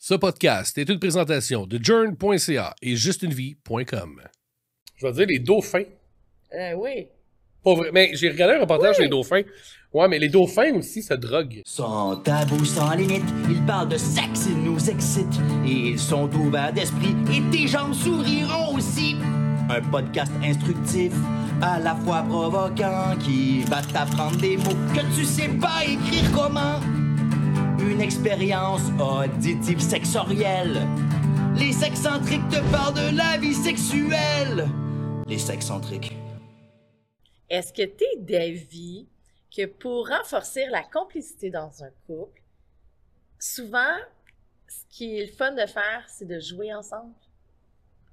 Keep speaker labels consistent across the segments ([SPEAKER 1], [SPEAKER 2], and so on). [SPEAKER 1] Ce podcast est une présentation de journ.ca et justunevie.com. Je vais dire les dauphins.
[SPEAKER 2] Euh, oui.
[SPEAKER 1] Pas vrai, mais j'ai regardé un reportage sur les dauphins. Ouais, mais les dauphins aussi se droguent.
[SPEAKER 3] Sans tabou, sans limite, ils parlent de sexe, ils nous excitent. Ils sont ouverts d'esprit et tes jambes souriront aussi. Un podcast instructif, à la fois provocant, qui va t'apprendre des mots que tu sais pas écrire comment. Une expérience auditive sexorielle. Les sexcentriques te parlent de la vie sexuelle. Les sexcentriques.
[SPEAKER 2] Est-ce que tu es d'avis que pour renforcer la complicité dans un couple, souvent, ce qui est le fun de faire, c'est de jouer ensemble?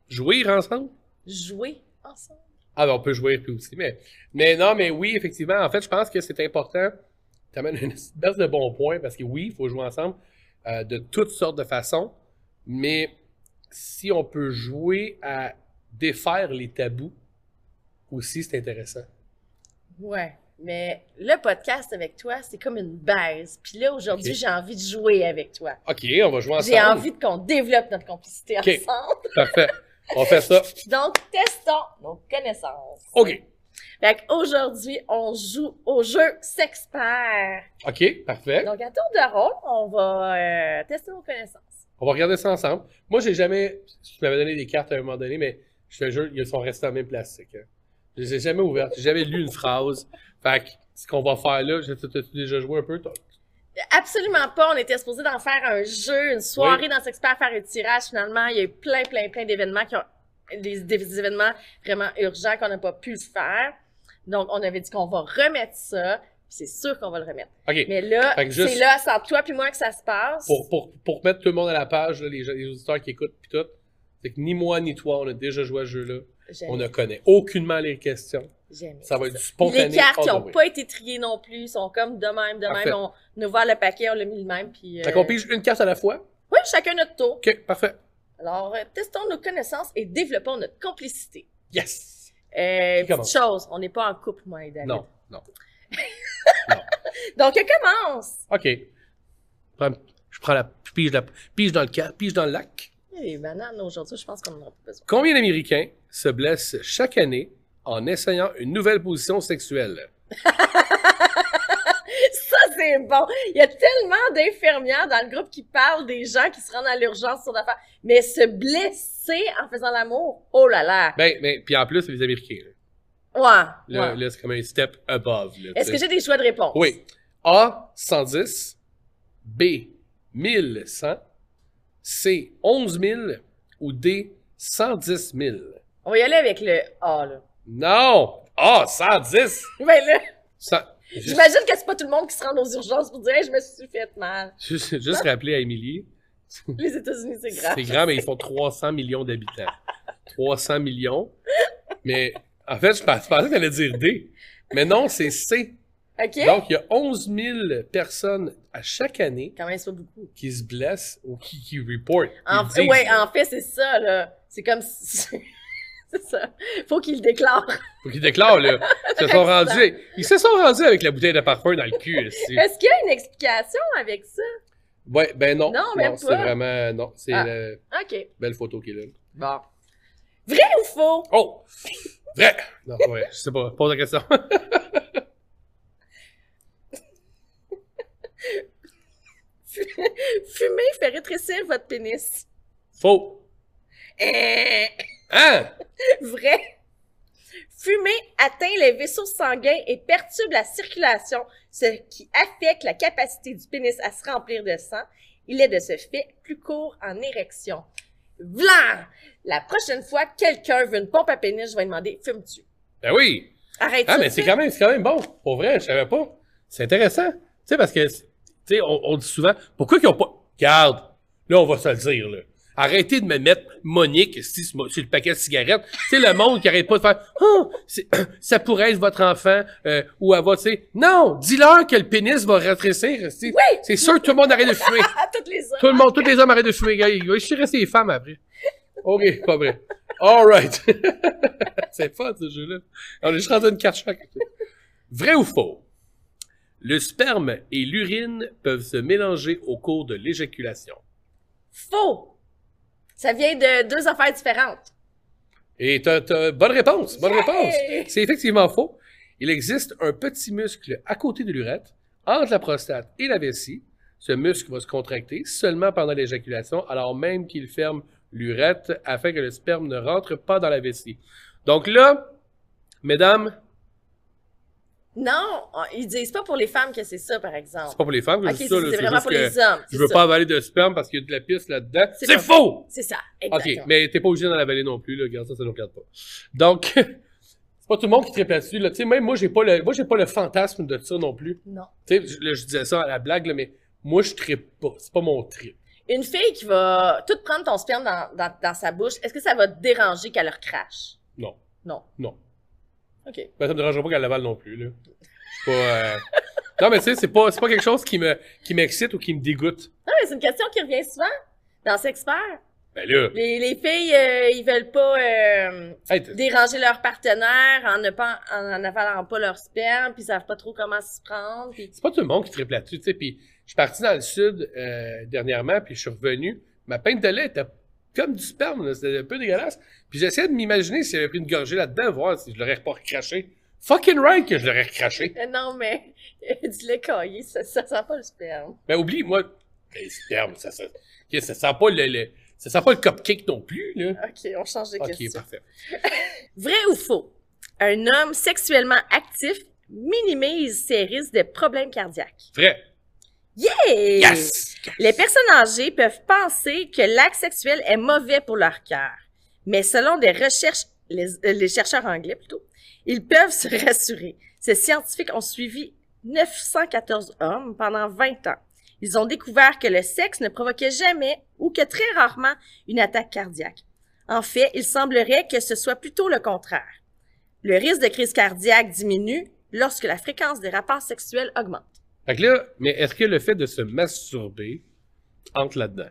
[SPEAKER 1] Jouir ensemble?
[SPEAKER 2] Jouer ensemble?
[SPEAKER 1] Ah, ben, on peut jouer puis aussi, mais. Mais non, mais oui, effectivement. En fait, je pense que c'est important. Tu amènes une espèce de bon point parce que oui, il faut jouer ensemble euh, de toutes sortes de façons. Mais si on peut jouer à défaire les tabous, aussi, c'est intéressant.
[SPEAKER 2] Ouais. Mais le podcast avec toi, c'est comme une base. Puis là, aujourd'hui, j'ai envie de jouer avec toi.
[SPEAKER 1] OK, on va jouer ensemble.
[SPEAKER 2] J'ai envie qu'on développe notre complicité
[SPEAKER 1] Ah, Ok.
[SPEAKER 2] ensemble.
[SPEAKER 1] Parfait. On fait ça.
[SPEAKER 2] Donc, testons nos connaissances.
[SPEAKER 1] OK.
[SPEAKER 2] Fait qu'aujourd'hui, on joue au jeu Sexpert.
[SPEAKER 1] OK, parfait.
[SPEAKER 2] Donc, à tour de rôle, on va euh, tester nos connaissances.
[SPEAKER 1] On va regarder ça ensemble. Moi, j'ai jamais. Tu m'avais donné des cartes à un moment donné, mais je te jure, ils sont restés en même plastique. Hein. Je les ai jamais ouvertes. J'ai jamais lu une phrase. Fait que ce qu'on va faire là, je t'as-tu déjà joué un peu, toi?
[SPEAKER 2] Absolument pas. On était supposé d'en faire un jeu, une soirée dans Sexpert, faire un tirage. Finalement, il y a eu plein, plein, plein d'événements qui ont. Des, des événements vraiment urgents qu'on n'a pas pu faire. Donc, on avait dit qu'on va remettre ça. puis C'est sûr qu'on va le remettre.
[SPEAKER 1] OK.
[SPEAKER 2] Mais là,
[SPEAKER 1] Fait que juste-
[SPEAKER 2] c'est là, c'est entre toi puis moi que ça se passe.
[SPEAKER 1] Pour, pour, pour mettre tout le monde à la page, là, les, gens- les auditeurs qui écoutent, pis tout, c'est que ni moi ni toi, on a déjà joué à ce jeu-là.
[SPEAKER 2] J'aime-
[SPEAKER 1] On ne connaît aucunement les questions.
[SPEAKER 2] j'aime
[SPEAKER 1] Ça va être du spontané.
[SPEAKER 2] Les cartes
[SPEAKER 1] all the
[SPEAKER 2] n'ont
[SPEAKER 1] way.
[SPEAKER 2] pas été triées non plus, sont comme de même, de
[SPEAKER 1] Parfait.
[SPEAKER 2] même. On, on a ouvert le paquet, on l'a mis le même. Puis, euh,
[SPEAKER 1] Fait qu'on pige une carte à la fois.
[SPEAKER 2] Oui, chacun notre tour.
[SPEAKER 1] OK, parfait.
[SPEAKER 2] Alors, euh, testons nos connaissances et développons notre complicité.
[SPEAKER 1] Yes!
[SPEAKER 2] Euh,
[SPEAKER 1] Qui commence?
[SPEAKER 2] petite chose, on n'est pas en couple, moi et David.
[SPEAKER 1] Non, non.
[SPEAKER 2] Donc, commence!
[SPEAKER 1] OK. Prends- Je prends la. je pige, la, pige dans le ca- pige dans le lac.
[SPEAKER 2] Il y a des bananes aujourd'hui, je pense qu'on en a pas besoin.
[SPEAKER 1] Combien d'Américains se blessent chaque année en essayant une nouvelle position sexuelle?
[SPEAKER 2] Ça, c'est bon! Il y a tellement d'infirmières dans le groupe qui parlent des gens qui se rendent à l'urgence sur l'affaire. Mais se blesser en faisant l'amour, oh là là!
[SPEAKER 1] Ben, mais puis en plus, c'est les Américains.
[SPEAKER 2] Ouais,
[SPEAKER 1] Là, Là,
[SPEAKER 2] ouais.
[SPEAKER 1] là, c'est comme un step above. là,
[SPEAKER 2] Est-ce
[SPEAKER 1] tu
[SPEAKER 2] que
[SPEAKER 1] sais.
[SPEAKER 2] j'ai des choix de réponse?
[SPEAKER 1] Oui. A, 110. B, 1100. C, 11 000. Ou D, 110 000.
[SPEAKER 2] On va y aller avec le A, là.
[SPEAKER 1] Non! A, 110!
[SPEAKER 2] Ben là,
[SPEAKER 1] Cent- Juste,
[SPEAKER 2] j'imagine que c'est pas tout le monde qui se rend aux urgences pour dire Hey, je me suis fait mal
[SPEAKER 1] juste, juste rappeler à Émilie,
[SPEAKER 2] Les États-Unis, c'est grave.
[SPEAKER 1] c'est grand, mais ils font 300 millions d'habitants. 300 millions. Mais en fait, je pens- je pensais que t'allais dire D. Mais non, c'est C.
[SPEAKER 2] OK?
[SPEAKER 1] Donc, il y a 11 000 personnes à chaque année
[SPEAKER 2] Quand même, c'est pas beaucoup.
[SPEAKER 1] qui se blessent ou qui, qui reportent.
[SPEAKER 2] En,
[SPEAKER 1] Ils disent-
[SPEAKER 2] ouais, en fait, c'est ça, là. C'est comme si- c'est ça. Faut qu'il le déclare.
[SPEAKER 1] Faut qu'ils déclarent, là. Ils se sont rendus, ils se sont rendus avec la bouteille de parfum dans le cul. ici.
[SPEAKER 2] Est-ce qu'il y a une explication avec ça?
[SPEAKER 1] Ouais, ben non.
[SPEAKER 2] Non, même
[SPEAKER 1] c'est
[SPEAKER 2] pas.
[SPEAKER 1] vraiment, non. C'est
[SPEAKER 2] Ah.
[SPEAKER 1] la
[SPEAKER 2] OK.
[SPEAKER 1] belle photo qui est là.
[SPEAKER 2] Bon. Vrai ou faux?
[SPEAKER 1] Oh! Vrai! Non, ouais, je sais pas. Pose la question.
[SPEAKER 2] Fumer fait rétrécir votre pénis.
[SPEAKER 1] Faux!
[SPEAKER 2] Euh,
[SPEAKER 1] Hein?
[SPEAKER 2] Vrai. Fumer atteint les vaisseaux sanguins et perturbe la circulation, ce qui affecte la capacité du pénis à se remplir de sang. Il est de ce fait plus court en érection. Vlan! La prochaine fois que quelqu'un veut une pompe à pénis, je vais lui demander fumes-tu?
[SPEAKER 1] Ben oui!
[SPEAKER 2] Arrête
[SPEAKER 1] Ah, mais c'est quand même, c'est quand même bon. Pour vrai, je savais pas. C'est intéressant. Tu sais, parce que, tu sais, on, on dit souvent, pourquoi qu'ils ont pas. Regarde, là, on va se le dire, là. Arrêtez de me mettre Monique si, sur sur le paquet de cigarettes. Tu sais, le monde qui arrête pas de faire, oh, c'est- ça pourrait être votre enfant, euh, ou elle va, tu sais. Non, dis-leur que le pénis va rétrécir. si.
[SPEAKER 2] Oui!
[SPEAKER 1] C'est sûr que tout le monde arrête de fumer.
[SPEAKER 2] À toutes les heures.
[SPEAKER 1] Tout le monde, tous les hommes arrêtent de fumer, gars. Il va juste rester les femmes après. OK, pas vrai. All right. c'est fun, ce jeu-là. On est juste rendu à une carte chaque. Vrai ou faux? Le sperme et l'urine peuvent se mélanger au cours de l'éjaculation.
[SPEAKER 2] Faux. Ça vient de deux affaires différentes.
[SPEAKER 1] Et t'as, t'as- bonne réponse, bonne
[SPEAKER 2] Yeah!
[SPEAKER 1] réponse. C'est effectivement faux. Il existe un petit muscle à côté de l'urètre, entre la prostate et la vessie. Ce muscle va se contracter seulement pendant l'éjaculation, alors même qu'il ferme l'urètre afin que le sperme ne rentre pas dans la vessie. Donc là, mesdames,
[SPEAKER 2] Non, on- ils disent pas pour les femmes que c'est ça, par exemple.
[SPEAKER 1] c'est pas pour les femmes que
[SPEAKER 2] Ok,
[SPEAKER 1] je dis
[SPEAKER 2] c'est
[SPEAKER 1] ça, là,
[SPEAKER 2] c'est vraiment
[SPEAKER 1] juste
[SPEAKER 2] pour
[SPEAKER 1] que
[SPEAKER 2] les hommes.
[SPEAKER 1] je
[SPEAKER 2] c'est
[SPEAKER 1] veux
[SPEAKER 2] ça.
[SPEAKER 1] pas avaler de sperme parce qu'il y a de la piste là-dedans.
[SPEAKER 2] C'est
[SPEAKER 1] C'est,
[SPEAKER 2] pas-
[SPEAKER 1] faux!
[SPEAKER 2] C'est ça,
[SPEAKER 1] OK,
[SPEAKER 2] exactement.
[SPEAKER 1] mais t'es pas obligé d'en avaler non plus, là. Regarde ça, ça nous regarde pas. Donc, c'est pas tout le monde qui tripe là-dessus, là. Tu sais, même moi, j'ai pas le, moi, j'ai pas le fantasme de ça non plus.
[SPEAKER 2] Non.
[SPEAKER 1] Tu sais, je- là, je disais ça à la blague, là, mais moi, je tripe pas. C'est pas mon trip.
[SPEAKER 2] Une fille qui va tout prendre ton sperme dans, dans, dans sa bouche, est-ce que ça va te déranger qu'elle leur crache?
[SPEAKER 1] Non.
[SPEAKER 2] Non.
[SPEAKER 1] Non.
[SPEAKER 2] OK.
[SPEAKER 1] Ben, ça me dérangera pas qu'elle l'avale non plus, là. C'est pas, euh, Non, mais tu sais, c'est pas, c'est pas quelque chose qui me, qui m'excite ou qui me dégoûte.
[SPEAKER 2] Non, mais c'est une question qui revient souvent dans Sexpert.
[SPEAKER 1] Ben là,
[SPEAKER 2] Les, les filles, euh, ils veulent pas euh,
[SPEAKER 1] hey, t'as-
[SPEAKER 2] déranger leur partenaire en ne pas en, en avalant pas leur sperme, puis ils savent pas trop comment s'y prendre. puis-
[SPEAKER 1] c'est pas tout le monde qui tripe là-dessus, tu sais. Puis, je suis parti dans le sud, euh, dernièrement, puis je suis revenu. Ma peinte de lait était comme du sperme, là. C'était un peu dégueulasse. Puis, j'essayais de m'imaginer si j'avais pris une gorgée là-dedans, voir si je l'aurais pas recraché. Fucking right que je l'aurais recraché.
[SPEAKER 2] Euh, Non, mais dis-le cahier, ça, ça sent pas le sperme.
[SPEAKER 1] Ben oublie, moi, ben, sperme, ça, ça, ok, ça sent pas le, le- ça sent pas le cupcake non plus, là.
[SPEAKER 2] OK, on change de
[SPEAKER 1] Ok,
[SPEAKER 2] question.
[SPEAKER 1] parfait.
[SPEAKER 2] Vrai ou faux? Un homme sexuellement actif minimise ses risques de problèmes cardiaques.
[SPEAKER 1] Vrai.
[SPEAKER 2] Hey!
[SPEAKER 1] Yes!
[SPEAKER 2] Les personnes âgées peuvent penser que l'acte sexuel est mauvais pour leur cœur, mais selon des recherches, les, euh, les chercheurs anglais plutôt, ils peuvent se rassurer. Ces scientifiques ont suivi 914 hommes pendant 20 ans. Ils ont découvert que le sexe ne provoquait jamais ou que très rarement une attaque cardiaque. En fait, il semblerait que ce soit plutôt le contraire. Le risque de crise cardiaque diminue lorsque la fréquence des rapports sexuels augmente.
[SPEAKER 1] Fait que là, mais est-ce que le fait de se masturber entre là-dedans?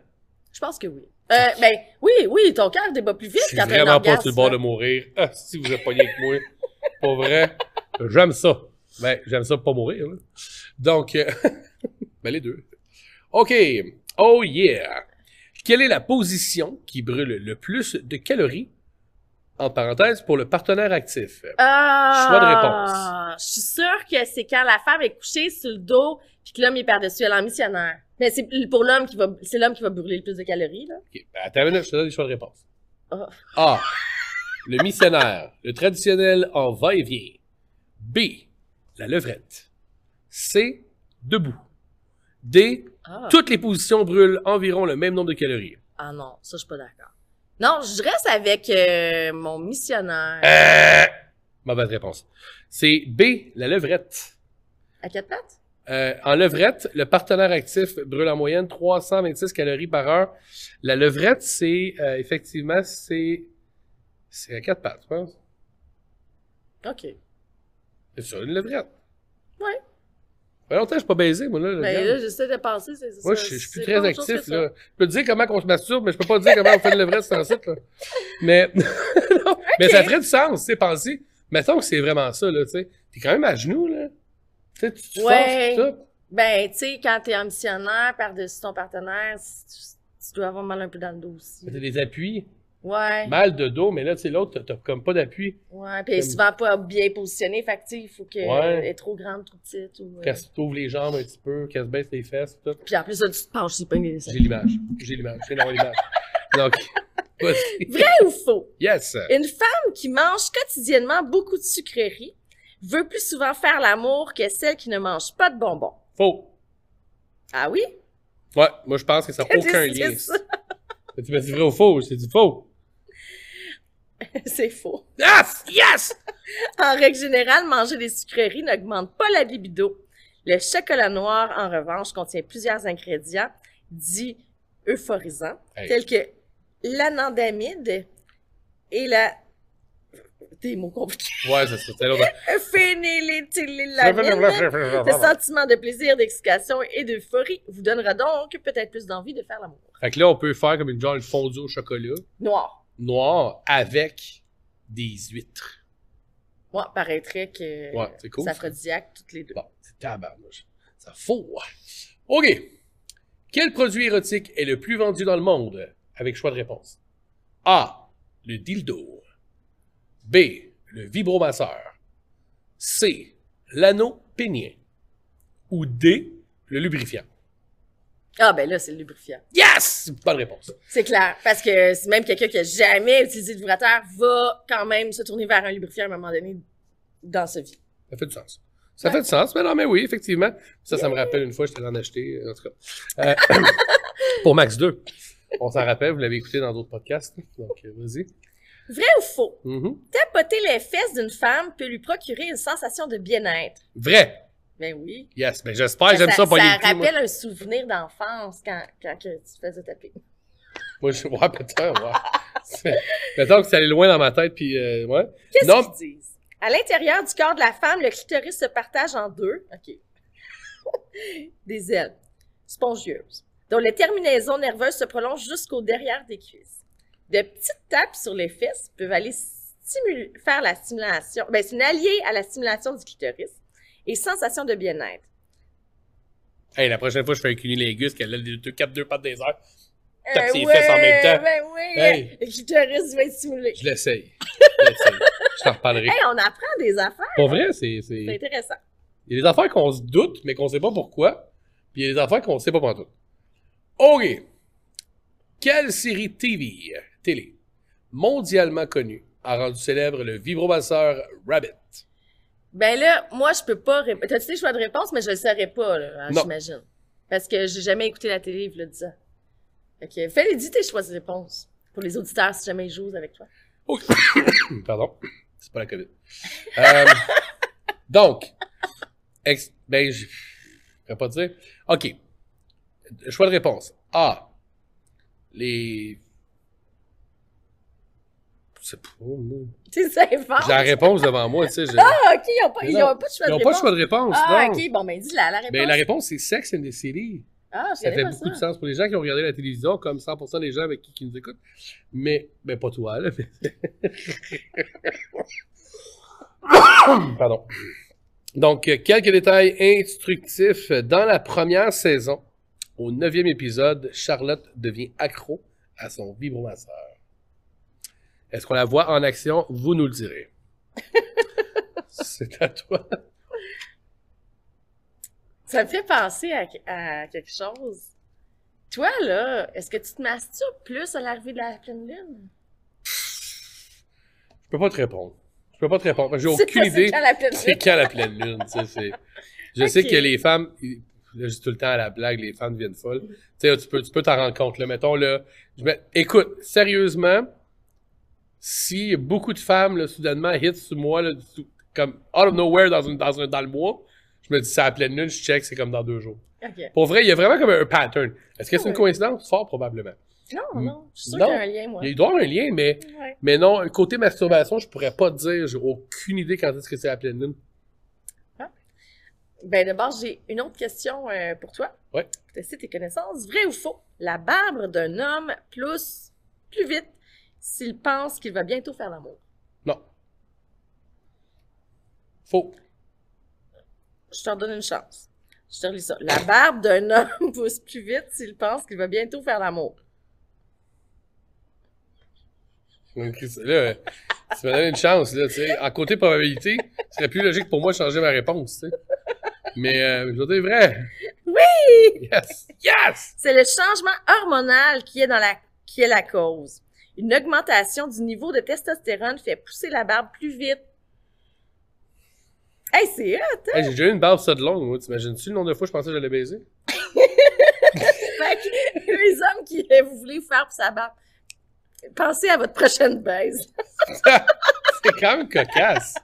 [SPEAKER 2] Je pense que oui. Euh, ben oui, oui, ton cœur débat plus vite
[SPEAKER 1] Je suis
[SPEAKER 2] quand t'as un
[SPEAKER 1] vraiment pas
[SPEAKER 2] orgasme.
[SPEAKER 1] sur le bord de mourir. Ah, si vous êtes pogné avec moi. Pour vrai. J'aime ça. Ben, j'aime ça pas mourir. là. Donc, euh, ben les deux. OK. Oh yeah. Quelle est la position qui brûle le plus de calories, en parenthèse, pour le partenaire actif?
[SPEAKER 2] Ah, Je suis sûre que c'est quand la femme est couchée sur le dos puis que l'homme est par-dessus elle en missionnaire. Mais c'est pour l'homme qui va c'est l'homme qui va brûler le plus de calories là.
[SPEAKER 1] OK. Ben, attends une minute, je te donne les choix de réponse.
[SPEAKER 2] Ah.
[SPEAKER 1] A. Le missionnaire, le traditionnel en va-et-vient. B. La levrette. C. Debout. D.
[SPEAKER 2] Ah,
[SPEAKER 1] Toutes les positions brûlent environ le même nombre de calories.
[SPEAKER 2] Ah non, ça je suis pas d'accord. Non, je reste avec euh, mon missionnaire
[SPEAKER 1] Euh, Mauvaise réponse. C'est B. La levrette.
[SPEAKER 2] à quatre pattes.
[SPEAKER 1] Euh, en levrette, le partenaire actif brûle en moyenne 326 calories par heure. La levrette, c'est euh, effectivement, c'est c'est à quatre pattes, je pense.
[SPEAKER 2] OK.
[SPEAKER 1] C'est ça, une levrette.
[SPEAKER 2] Ouais.
[SPEAKER 1] Ça fait longtemps que je suis pas baisé, moi, là.
[SPEAKER 2] Ben
[SPEAKER 1] regarde.
[SPEAKER 2] là, j'essaie de penser c'est
[SPEAKER 1] moi,
[SPEAKER 2] ça-
[SPEAKER 1] je, je suis plus
[SPEAKER 2] c'est
[SPEAKER 1] très
[SPEAKER 2] pas autre chose
[SPEAKER 1] actif,
[SPEAKER 2] que ça.
[SPEAKER 1] là. Je peux te dire comment on se masturbe, mais je peux pas te dire comment on fait une levrette sans site, là. Mais, non, mais ça ferait du sens, tu sais, penser. Mettons que c'est vraiment ça, là, tu sais. T'es quand même à genoux, là. Tu sais, tu, tu forces,
[SPEAKER 2] Ouais.
[SPEAKER 1] tout ça.
[SPEAKER 2] Ben, tu sais, quand t'es un missionnaire par-dessus ton partenaire, c- tu, tu dois avoir mal un peu dans le dos aussi.
[SPEAKER 1] T'as des appuis.
[SPEAKER 2] Ouais,
[SPEAKER 1] Mal de dos, mais là, tu sais, l'autre, t'as- t'as comme pas d'appui.
[SPEAKER 2] ouais. Puis elle est souvent pas bien positionnée, fait que tu sais, il faut qu'elle
[SPEAKER 1] Ouais.
[SPEAKER 2] elle est trop grande, trop petite. Ou, euh,
[SPEAKER 1] Qu'elle se t'ouvre les jambes un petit peu, qu'elle se baisse les fesses, tout.
[SPEAKER 2] Puis en plus, là, tu te penches, c'est pas une
[SPEAKER 1] J'ai l'image. J'ai l'image. J'ai dans l'image. Donc, vas-y.
[SPEAKER 2] Vrai ou faux?
[SPEAKER 1] Yes!
[SPEAKER 2] Une femme qui mange quotidiennement beaucoup de sucreries veut plus souvent faire l'amour que celle qui ne mange pas de bonbons.
[SPEAKER 1] Faux.
[SPEAKER 2] Ah oui?
[SPEAKER 1] Ouais, moi je pense que ça n'a aucun
[SPEAKER 2] Qu'est-ce que
[SPEAKER 1] lien.
[SPEAKER 2] c'est
[SPEAKER 1] Mais Tu m'as dit vrai ou faux, c'est du faux.
[SPEAKER 2] C'est faux.
[SPEAKER 1] Yes! Yes!
[SPEAKER 2] En règle générale, manger des sucreries n'augmente pas la libido. Le chocolat noir, en revanche, contient plusieurs ingrédients dits euphorisants,
[SPEAKER 1] Hey.
[SPEAKER 2] tels que l'anandamide et la... Des mots compliqués.
[SPEAKER 1] Ouais, ça ben. serait l'autre.
[SPEAKER 2] Phényléthylamine.
[SPEAKER 1] hein.
[SPEAKER 2] Ce sentiment de plaisir, d'excitation et d'euphorie vous donnera donc peut-être plus d'envie de faire l'amour.
[SPEAKER 1] Fait que là, on peut faire comme une genre de fondue au chocolat
[SPEAKER 2] Noir.
[SPEAKER 1] noir avec des huîtres.
[SPEAKER 2] Moi, paraîtrait que
[SPEAKER 1] Ouais, c'est cool.
[SPEAKER 2] ça aphrodisiaque toutes les deux.
[SPEAKER 1] Bon, c'est tabarnouche. Ça faux. OK. Quel produit érotique est le plus vendu dans le monde? Avec choix de réponse. A. Le dildo. B. Le vibromasseur. C. L'anneau pénien. Ou D. Le lubrifiant.
[SPEAKER 2] Ah, ben là, c'est le lubrifiant.
[SPEAKER 1] Yes! Bonne réponse.
[SPEAKER 2] C'est clair. Parce que c'est même quelqu'un qui a jamais utilisé de vibrateur va quand même se tourner vers un lubrifiant à un moment donné dans sa vie.
[SPEAKER 1] Ça fait du sens. Ça fait du sens. Mais non, mais oui, effectivement. Ça, ça me rappelle une fois, j'étais allé en acheter, en tout cas. Euh, pour Max 2. On s'en rappelle, vous l'avez écouté dans d'autres podcasts. Donc, euh, vas-y.
[SPEAKER 2] Vrai ou faux?
[SPEAKER 1] Mhm.
[SPEAKER 2] Tapoter les fesses d'une femme peut lui procurer une sensation de bien-être.
[SPEAKER 1] Vrai.
[SPEAKER 2] Ben oui.
[SPEAKER 1] Yes. Mais j'espère, Ah, j'aime ça,
[SPEAKER 2] ça
[SPEAKER 1] pogner le cul,
[SPEAKER 2] rappelle
[SPEAKER 1] moi.
[SPEAKER 2] un souvenir d'enfance quand, quand que tu te faisais taper.
[SPEAKER 1] Moi, je ouais, peut-être, ouais. C'est- Mettons que ça allait loin dans ma tête, puis euh, ouais.
[SPEAKER 2] Qu'est-ce
[SPEAKER 1] Non.
[SPEAKER 2] qu'ils disent? À l'intérieur du corps de la femme, le clitoris se partage en deux. OK. des ailes spongieuses, dont les terminaisons nerveuses se prolongent jusqu'au derrière des cuisses. De petites tapes sur les fesses peuvent aller stimu- faire la stimulation. Ben, c'est une alliée à la stimulation du clitoris et sensation de bien-être.
[SPEAKER 1] Hey, la prochaine fois, je fais un cunilingus, qu'elle a les deux, quatre, deux pattes des airs.
[SPEAKER 2] Euh,
[SPEAKER 1] Tape ses fesses en même temps.
[SPEAKER 2] Ben oui,
[SPEAKER 1] Hey.
[SPEAKER 2] le clitoris va être stimulé.
[SPEAKER 1] Je l'essaye. Je l'essaye. Je t'en reparlerai.
[SPEAKER 2] Hey, on apprend des affaires,
[SPEAKER 1] Pour vrai, c'est. c'est-
[SPEAKER 2] c'est intéressant.
[SPEAKER 1] Il y a des affaires qu'on se doute, mais qu'on sait pas pourquoi. Puis il y a des affaires qu'on sait pas pendant tout. OK. Quelle série TV, euh, télé, mondialement connue, a rendu célèbre le vibromasseur Rabbit?
[SPEAKER 2] Ben là, moi, je peux pas. rép- T'as-tu des choix de réponse, mais je le saurais pas, là, hein,
[SPEAKER 1] Non.
[SPEAKER 2] j'imagine. Parce que j'ai jamais écouté la télé, vous le disant. Ok, fais-les dire tes choix de réponse pour les auditeurs si jamais ils jouent avec toi.
[SPEAKER 1] OK. Pardon. C'est pas la COVID. Euh, donc, ex- ben, je ne pas dire. OK. Choix de réponse. A. Les. C'est pas. moi.
[SPEAKER 2] Tu sais, inventes.
[SPEAKER 1] J'ai la réponse devant moi, tu sais. je-
[SPEAKER 2] Ah, ok, ils ont pas,
[SPEAKER 1] Mais
[SPEAKER 2] ils
[SPEAKER 1] non,
[SPEAKER 2] ont pas de
[SPEAKER 1] Ils
[SPEAKER 2] choix de
[SPEAKER 1] n'ont
[SPEAKER 2] réponse.
[SPEAKER 1] pas de choix de réponse.
[SPEAKER 2] Ah,
[SPEAKER 1] non.
[SPEAKER 2] ok, bon, ben dis-la, la réponse.
[SPEAKER 1] Ben, la réponse, c'est Sex and the City.
[SPEAKER 2] Ah, je
[SPEAKER 1] Ça
[SPEAKER 2] savais
[SPEAKER 1] fait
[SPEAKER 2] pas
[SPEAKER 1] beaucoup de
[SPEAKER 2] ça.
[SPEAKER 1] sens pour les gens qui ont regardé la télévision, comme 100% des gens avec qui, qui nous écoutent. Mais, ben, pas toi, là. mais- Pardon. Donc, euh, quelques détails instructifs. Dans la première saison, au neuvième épisode, Charlotte devient accro à son vibromasseur. Est-ce qu'on la voit en action? Vous nous le direz. C'est à toi.
[SPEAKER 2] Ça me fait penser à, à quelque chose. Toi, là, est-ce que tu te masturbes plus à l'arrivée de la pleine lune?
[SPEAKER 1] Je peux pas te répondre. Je peux pas te répondre. J'ai
[SPEAKER 2] C'est
[SPEAKER 1] aucune
[SPEAKER 2] pas- c'est
[SPEAKER 1] idée.
[SPEAKER 2] quand la pleine
[SPEAKER 1] C'est
[SPEAKER 2] lune.
[SPEAKER 1] quand la pleine lune, tu sais, c'est- Je sais
[SPEAKER 2] Ok.
[SPEAKER 1] que les femmes, ils- là, je dis tout le temps à la blague, les femmes deviennent folles. Tu sais, tu peux, tu peux t'en rendre compte, là. Mettons, là, je mets- écoute, sérieusement, si beaucoup de femmes, là, soudainement, hit sur moi, là, sou- comme out of nowhere dans, une, dans, un, dans le mois, je me dis, c'est à la pleine lune, je check, c'est comme dans deux jours.
[SPEAKER 2] Ok.
[SPEAKER 1] Pour vrai, il y a vraiment comme un pattern. Est-ce que c'est une
[SPEAKER 2] Ouais.
[SPEAKER 1] coïncidence? Fort probablement.
[SPEAKER 2] Non, non, je suis sûre
[SPEAKER 1] Mm. Non.
[SPEAKER 2] qu'il y a un lien, moi.
[SPEAKER 1] Il doit y avoir un lien, mais,
[SPEAKER 2] Ouais.
[SPEAKER 1] mais non, côté masturbation, je pourrais pas te dire, j'ai aucune idée quand est-ce que c'est la pleine lune.
[SPEAKER 2] Ben d'abord, j'ai une autre question euh, pour toi.
[SPEAKER 1] Ouais.
[SPEAKER 2] Pour tester tes connaissances. Vrai ou faux? La barbe d'un homme plus plus vite s'il pense qu'il va bientôt faire l'amour.
[SPEAKER 1] Non. Faux.
[SPEAKER 2] Je te redonne une chance. Je te relis ça. La barbe d'un homme pousse plus vite s'il pense qu'il va bientôt faire l'amour.
[SPEAKER 1] Donc, Là, euh, tu me donnes une chance, là, tu sais. En côté probabilité, ce serait plus logique pour moi de changer ma réponse, tu sais. Mais euh, je dois dire vrai.
[SPEAKER 2] Oui!
[SPEAKER 1] Yes! Yes!
[SPEAKER 2] C'est le changement hormonal qui est dans la qui est la cause. Une augmentation du niveau de testostérone fait pousser la barbe plus vite. Hey, c'est hot!
[SPEAKER 1] Hey, j'ai déjà eu une barbe ça de longue, moi. T'imagines-tu le nombre de fois je pensais que j'allais baiser?
[SPEAKER 2] Fait que les hommes qui euh, vous voulez faire pour sa barbe, pensez à votre prochaine baise.
[SPEAKER 1] C'est quand même cocasse.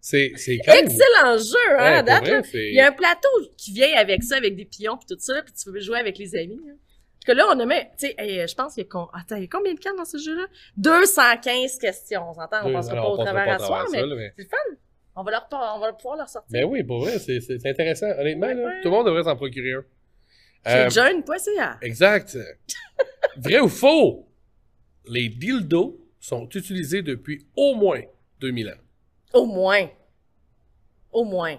[SPEAKER 1] C'est, c'est quand même...
[SPEAKER 2] Excellent jeu, hein,
[SPEAKER 1] Ouais,
[SPEAKER 2] à
[SPEAKER 1] pour
[SPEAKER 2] date,
[SPEAKER 1] vrai,
[SPEAKER 2] là.
[SPEAKER 1] c'est-
[SPEAKER 2] Il y a un plateau qui vient avec ça, avec des pions puis tout ça, puis tu peux jouer avec les amis. hein. Parce que là, on a même, tu sais, hey, je pense qu'il y a, con- attends, il y a combien de cartes dans ce jeu-là? 215 questions, on s'entend, on
[SPEAKER 1] Deux-
[SPEAKER 2] passera
[SPEAKER 1] alors,
[SPEAKER 2] pas au
[SPEAKER 1] passera
[SPEAKER 2] travers
[SPEAKER 1] pas
[SPEAKER 2] à
[SPEAKER 1] au
[SPEAKER 2] soir,
[SPEAKER 1] travers
[SPEAKER 2] mais
[SPEAKER 1] ça, là, mais-
[SPEAKER 2] c'est le fun. On va, leur, par- on va leur- pouvoir leur sortir.
[SPEAKER 1] Mais oui, pour vrai, c'est, c'est- c'est intéressant. Honnêtement, là,
[SPEAKER 2] Ouais.
[SPEAKER 1] tout le monde devrait s'en procurer un.
[SPEAKER 2] J'ai
[SPEAKER 1] Euh,
[SPEAKER 2] déjà une poissée hier.
[SPEAKER 1] Exact. Vrai ou faux? Les dildos sont utilisés depuis au moins 2000 ans.
[SPEAKER 2] Au moins. Au moins.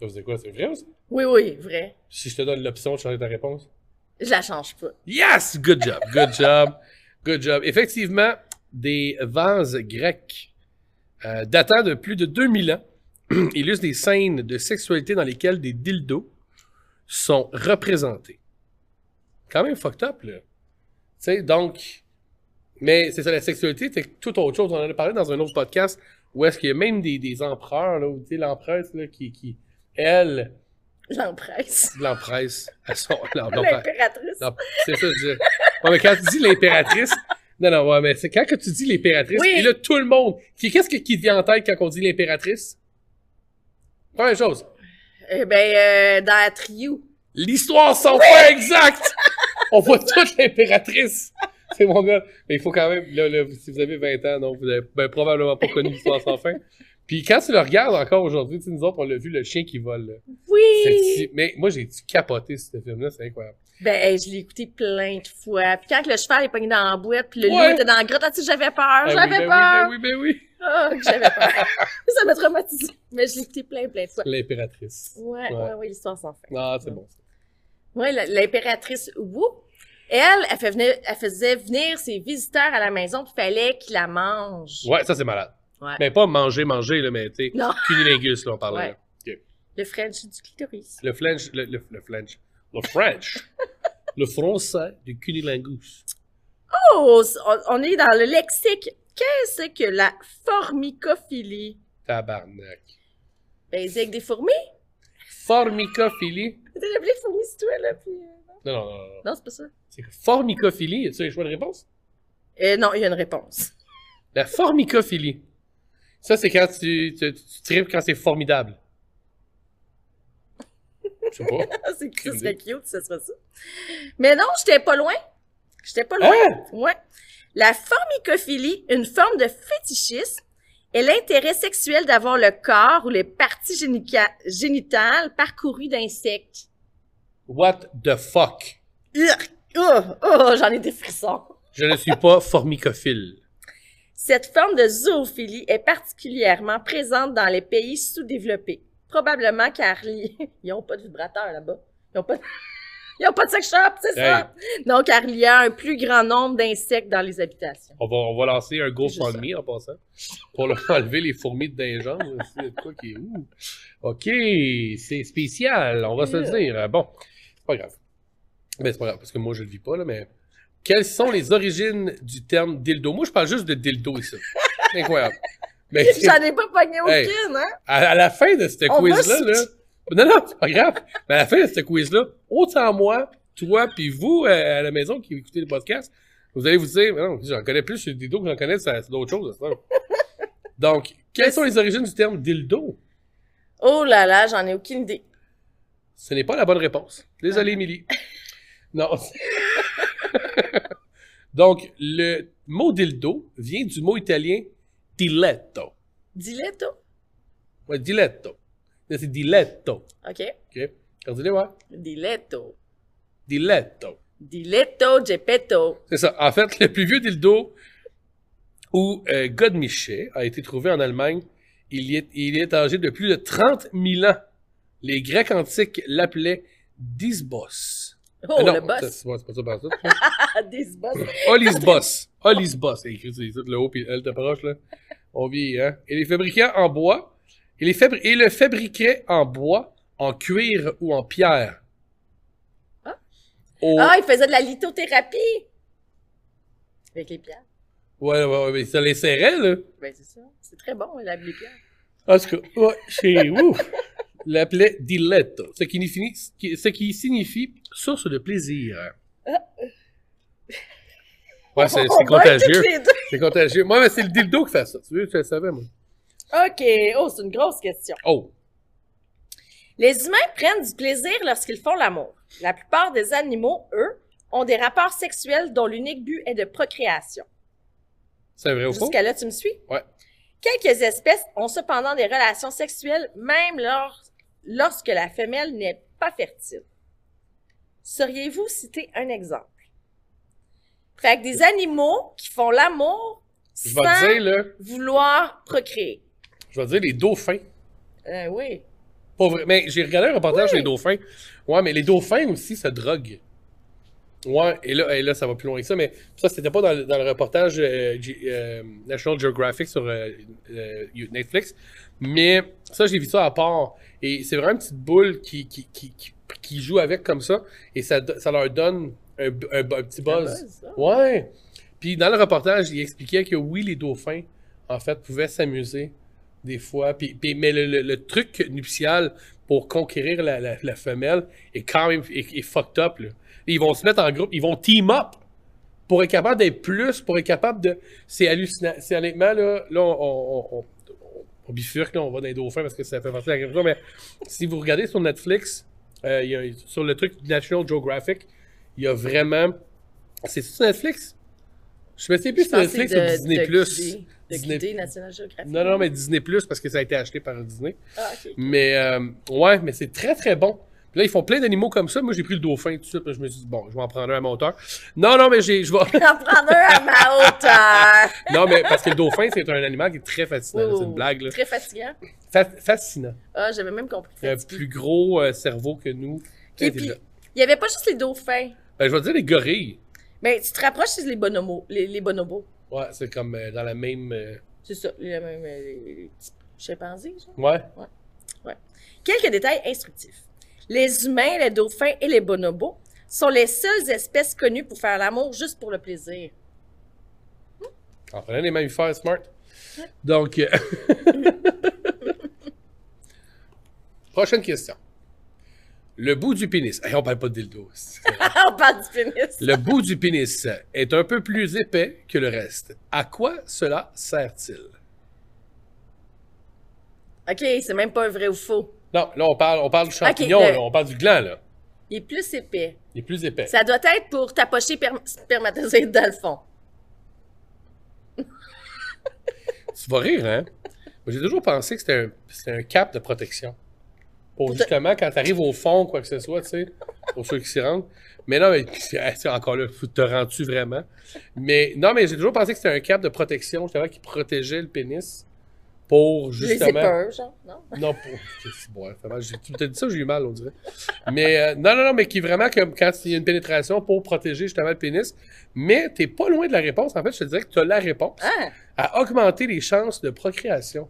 [SPEAKER 1] Ça, C'est quoi? C'est vrai ou ça?
[SPEAKER 2] Oui, oui, vrai.
[SPEAKER 1] Si je te donne l'option de changer ta réponse?
[SPEAKER 2] Je la change pas.
[SPEAKER 1] Yes! Good job, good job, good job. Effectivement, des vases grecs euh, datant de plus de 2000 ans illustrent des scènes de sexualité dans lesquelles des dildos sont représentés. Quand même fucked up, là. Tu sais, donc... Mais c'est ça, la sexualité, c'est tout autre chose. On en a parlé dans un autre podcast où est-ce qu'il y a même des, des empereurs, là, ou tu sais, l'empresse, là, qui, qui, elle,
[SPEAKER 2] L'empresse.
[SPEAKER 1] l'empresse, à son... non, non, pas-
[SPEAKER 2] L'impératrice.
[SPEAKER 1] non, c'est ça, je... Ouais, mais quand tu dis l'impératrice, non, non, ouais, mais c'est quand que tu dis l'impératrice,
[SPEAKER 2] Oui.
[SPEAKER 1] et là, tout le monde, qui, qu'est-ce que- qui te vient en tête quand on dit l'impératrice? Première chose,
[SPEAKER 2] Eh ben, euh, dans la trio.
[SPEAKER 1] l'histoire sont pas exactes! On voit toute l'impératrice! C'est mon gars. Mais il faut quand même, là, là, si vous avez 20 ans, donc vous avez ben, probablement pas connu l'histoire sans fin. Puis quand tu le regardes encore aujourd'hui, tu sais, nous autres, on l'a vu, le chien qui vole. là.
[SPEAKER 2] Oui!
[SPEAKER 1] C'est- Mais moi, j'ai dû capoter ce film-là, c'est incroyable.
[SPEAKER 2] Ben, hey, je l'ai écouté plein de fois. Puis quand le cheval est pogné dans la boîte, puis le
[SPEAKER 1] Ouais.
[SPEAKER 2] loup était dans la grotte, ah, tu sais, j'avais peur,
[SPEAKER 1] Ben oui,
[SPEAKER 2] j'avais
[SPEAKER 1] ben
[SPEAKER 2] peur!
[SPEAKER 1] Oui, ben oui, ben oui.
[SPEAKER 2] Oh, que j'avais peur! ça m'a traumatisé. Mais je l'ai écouté plein, plein de fois.
[SPEAKER 1] L'impératrice.
[SPEAKER 2] Ouais, ouais, ouais, l'histoire s'en fait.
[SPEAKER 1] Ah, c'est bon.
[SPEAKER 2] Ouais, la- l'impératrice Wu, elle, elle, fait venir- elle faisait venir ses visiteurs à la maison, puis fallait qu'ils la mangent.
[SPEAKER 1] Ouais, ça c'est malade.
[SPEAKER 2] Ouais.
[SPEAKER 1] Mais pas manger, manger, là, mais tu sais,
[SPEAKER 2] Non.
[SPEAKER 1] cunilingus, là, on parlait.
[SPEAKER 2] Ouais.
[SPEAKER 1] là. Ok.
[SPEAKER 2] Le French du clitoris.
[SPEAKER 1] Le French, le, le, le French, le French, le français du cunilingus.
[SPEAKER 2] Oh, on- on est dans le lexique. Qu'est-ce que la formicophilie?
[SPEAKER 1] Tabarnak.
[SPEAKER 2] Ben, c'est avec des fourmis.
[SPEAKER 1] Formicophilie.
[SPEAKER 2] T'as appelé fourmis, c'est toi, là, puis... euh,
[SPEAKER 1] Non, non, non, non.
[SPEAKER 2] Non, c'est pas ça.
[SPEAKER 1] C'est formicophilie. Tu as le choix de réponse?
[SPEAKER 2] Euh, non, il y a une réponse.
[SPEAKER 1] La formicophilie. Ça, c'est quand tu, tu, tu, tu tripes quand c'est formidable. Je sais pas.
[SPEAKER 2] Ah, c'est ce serait cute, ce serait ça. Mais non, j'étais pas loin. J'étais pas loin.
[SPEAKER 1] Hein?
[SPEAKER 2] Ouais. La formicophilie, une forme de fétichisme, est l'intérêt sexuel d'avoir le corps ou les parties génica- génitales parcourues d'insectes.
[SPEAKER 1] What the fuck?
[SPEAKER 2] Urk! Oh, oh, j'en ai des frissons.
[SPEAKER 1] Je ne suis pas formicophile.
[SPEAKER 2] Cette forme de zoophilie est particulièrement présente dans les pays sous-développés. Probablement car li- ils n'ont pas de vibrateur là-bas. Ils n'ont pas de... Ils ont pas de sex shop, c'est ça! Donc, car il y a un plus grand nombre d'insectes dans les habitations.
[SPEAKER 1] On va, on va lancer un GoFundMe
[SPEAKER 2] Juste
[SPEAKER 1] en passant pour leur enlever les fourmis de dingue C'est quoi qui est ouh. OK, c'est spécial, on va se le dire. Euh, Bon, c'est pas grave. Mais c'est pas grave parce que moi je le vis pas là, mais quelles sont les origines du terme dildo Moi je parle juste de dildo ici. Incroyable. Mais
[SPEAKER 2] J'en ai pas pogné aucune,
[SPEAKER 1] Hey.
[SPEAKER 2] hein?
[SPEAKER 1] à, à la fin de ce
[SPEAKER 2] On va
[SPEAKER 1] quiz là,
[SPEAKER 2] se-
[SPEAKER 1] là non non, c'est pas grave. Mais à la fin de ce quiz là, autant moi, toi puis vous euh, à la maison qui écoutez le podcast, vous allez vous dire Mais non, j'en connais plus sur le dildo que j'en connais sur sur d'autres choses. ça. Donc, quelles sont les origines du terme dildo
[SPEAKER 2] Oh là là, j'en ai aucune idée.
[SPEAKER 1] Ce n'est pas la bonne réponse.
[SPEAKER 2] Ah.
[SPEAKER 1] Désolé, Émilie. Non. Donc, le mot dildo vient du mot italien diletto.
[SPEAKER 2] Dis-le, toi.
[SPEAKER 1] Ouais, diletto. Là, C'est diletto.
[SPEAKER 2] OK?
[SPEAKER 1] OK? Regardez-le, ouais.
[SPEAKER 2] Diletto.
[SPEAKER 1] Diletto.
[SPEAKER 2] Diletto Geppetto.
[SPEAKER 1] C'est ça. En fait, le plus vieux dildo où euh, Godmiché a été trouvé en Allemagne, il y est, il est âgé de plus de 30 000 ans. Les Grecs antiques l'appelaient Disbos.
[SPEAKER 2] Oh,
[SPEAKER 1] Euh, non, ça,
[SPEAKER 2] le boss.
[SPEAKER 1] C'est Oh. pas- c'est pas ça, par ça.
[SPEAKER 2] Ah, des boss.
[SPEAKER 1] Olisbos. Olisbos. C'est écrit sur les autres, le haut puis elle t'approche, là. On vit, hein. Et les fabriquait en bois. Et les fabri- et le fabriquait en bois, en cuir ou en pierre.
[SPEAKER 2] Ah.
[SPEAKER 1] Au-
[SPEAKER 2] Ah, il faisait de la lithothérapie. Avec les pierres.
[SPEAKER 1] Ouais, ouais, ouais, mais ça les serrait, là.
[SPEAKER 2] Ben, c'est ça. C'est très bon, la les pierres.
[SPEAKER 1] En tout cas, ouais, chez oh, ouf. L'appelait diletto, ce qui, finit- ce qui- ce qui signifie source de plaisir. Ah. Ouais, Ah, c'est c'est
[SPEAKER 2] On va être
[SPEAKER 1] contagieux.
[SPEAKER 2] toutes les deux.
[SPEAKER 1] C'est contagieux. Moi, mais c'est le dildo qui fait ça. Tu veux, je le savais, moi.
[SPEAKER 2] OK. Oh, c'est une grosse question.
[SPEAKER 1] Oh,
[SPEAKER 2] Les humains prennent du plaisir lorsqu'ils font l'amour. La plupart des animaux, eux, ont des rapports sexuels dont l'unique but est de procréation.
[SPEAKER 1] c'est vrai au fond?
[SPEAKER 2] Jusqu'à là, tu me suis?
[SPEAKER 1] Ouais.
[SPEAKER 2] Quelques espèces ont cependant des relations sexuelles même lors- lorsque la femelle n'est pas fertile. Sauriez-vous citer un exemple? Fait que des animaux qui font l'amour
[SPEAKER 1] Je
[SPEAKER 2] sans
[SPEAKER 1] vais dire, là,
[SPEAKER 2] vouloir procréer.
[SPEAKER 1] je vais dire les dauphins.
[SPEAKER 2] Euh, oui.
[SPEAKER 1] Pas vrai, mais j'ai regardé un reportage sur les dauphins. Ouais, mais les dauphins aussi se droguent. Ouais, et là, et là, ça va plus loin que ça, mais ça, c'était pas dans, le- dans le reportage euh, G- euh, National Geographic sur euh, euh, Netflix, mais ça, j'ai vu ça à part. Et c'est vraiment une petite boule qui, qui, qui, qui, qui joue avec comme ça, et ça, do- ça leur donne un, b- un b- un petit buzz.
[SPEAKER 2] buzz, ah.
[SPEAKER 1] Ouais. Puis dans le reportage, il expliquait que oui, les dauphins, en fait, pouvaient s'amuser des fois, puis, puis- mais le, le- le truc nuptial pour conquérir la, la- la femelle est quand même est, est fucked up. là. Ils vont se mettre en groupe, ils vont team up pour être capable d'être plus, pour être capable de. C'est hallucinant. C'est honnêtement, là, là on, on, on, on- on bifurque, là, on va dans les dauphins parce que ça fait partie de la question, mais si vous regardez sur Netflix, euh, il y a- sur le truc du National Geographic, il y a vraiment. C'est sur Netflix? Je me sais plus si c'est
[SPEAKER 2] pense que
[SPEAKER 1] Netflix ou Disney.
[SPEAKER 2] Quiddé- De
[SPEAKER 1] Disney-
[SPEAKER 2] Quiddé, National Geographic.
[SPEAKER 1] Non, non, mais Disney Plus parce que ça a été acheté par Disney.
[SPEAKER 2] Ah, ok.
[SPEAKER 1] Mais euh, ouais, mais c'est très très bon. Puis là, ils font plein d'animaux comme ça. Moi, j'ai pris le dauphin tout de suite. puis Je me suis dit, bon, je vais en prendre un à mon hauteur. Non, non, mais j'ai, je vais.
[SPEAKER 2] J'en prends un à ma hauteur.
[SPEAKER 1] non, mais parce que le dauphin, c'est un animal qui est très fascinant. là,
[SPEAKER 2] Oh,
[SPEAKER 1] c'est une blague, là.
[SPEAKER 2] Très fatigant.
[SPEAKER 1] Fa- fascinant.
[SPEAKER 2] Ah, j'avais même compris.
[SPEAKER 1] Il a
[SPEAKER 2] fatigué.
[SPEAKER 1] plus gros euh, cerveau que nous.
[SPEAKER 2] Et puis, il y avait pas juste les dauphins.
[SPEAKER 1] Euh, je vais dire les gorilles.
[SPEAKER 2] Mais tu te rapproches, c'est les bonobos. Les, les bonobos.
[SPEAKER 1] Ouais, c'est comme euh, dans la même. euh,
[SPEAKER 2] C'est ça, les, mêmes, euh, les- les petits chimpanzés, genre.
[SPEAKER 1] Ouais.
[SPEAKER 2] Quelques détails instructifs. Les humains, les dauphins et les bonobos sont les seules espèces connues pour faire l'amour juste pour le plaisir.
[SPEAKER 1] En prenant les mammifères smart. Donc. euh, Prochaine question. Le bout du pénis. Hey, on parle pas de dildo.
[SPEAKER 2] On parle du pénis.
[SPEAKER 1] Le bout du pénis est un peu plus épais que le reste. À quoi cela sert-il?
[SPEAKER 2] OK, c'est même pas un vrai ou faux.
[SPEAKER 1] Non, là, on parle, on parle du champignon,
[SPEAKER 2] le-
[SPEAKER 1] là, on parle du gland, là.
[SPEAKER 2] Il est plus épais.
[SPEAKER 1] Il est plus épais.
[SPEAKER 2] Ça doit être pour tapocher perm- spermatozoïdes dans le fond.
[SPEAKER 1] Tu vas rire, hein? Moi, J'ai toujours pensé que c'était un, c'était un cap de protection. Pour
[SPEAKER 2] te-
[SPEAKER 1] justement, quand t'arrives au fond, quoi que ce soit, tu sais, pour ceux qui s'y rendent. Mais non, mais hey, tu sais, encore là, tu te rends-tu vraiment? Mais non, mais j'ai toujours pensé que c'était un cap de protection, justement, qui protégeait le pénis pour
[SPEAKER 2] Les
[SPEAKER 1] justement.
[SPEAKER 2] épeurs, genre, non?
[SPEAKER 1] Non, pour. Qu'est-ce que- ouais, vraiment, j'ai- Tu t'as dit ça, j'ai eu mal, on dirait. Mais euh, non, non, non, mais qui vraiment, comme quand il y a une pénétration pour protéger justement le pénis, mais t'es pas loin de la réponse. En fait, je te dirais que tu as la réponse
[SPEAKER 2] Ah,
[SPEAKER 1] à augmenter les chances de procréation.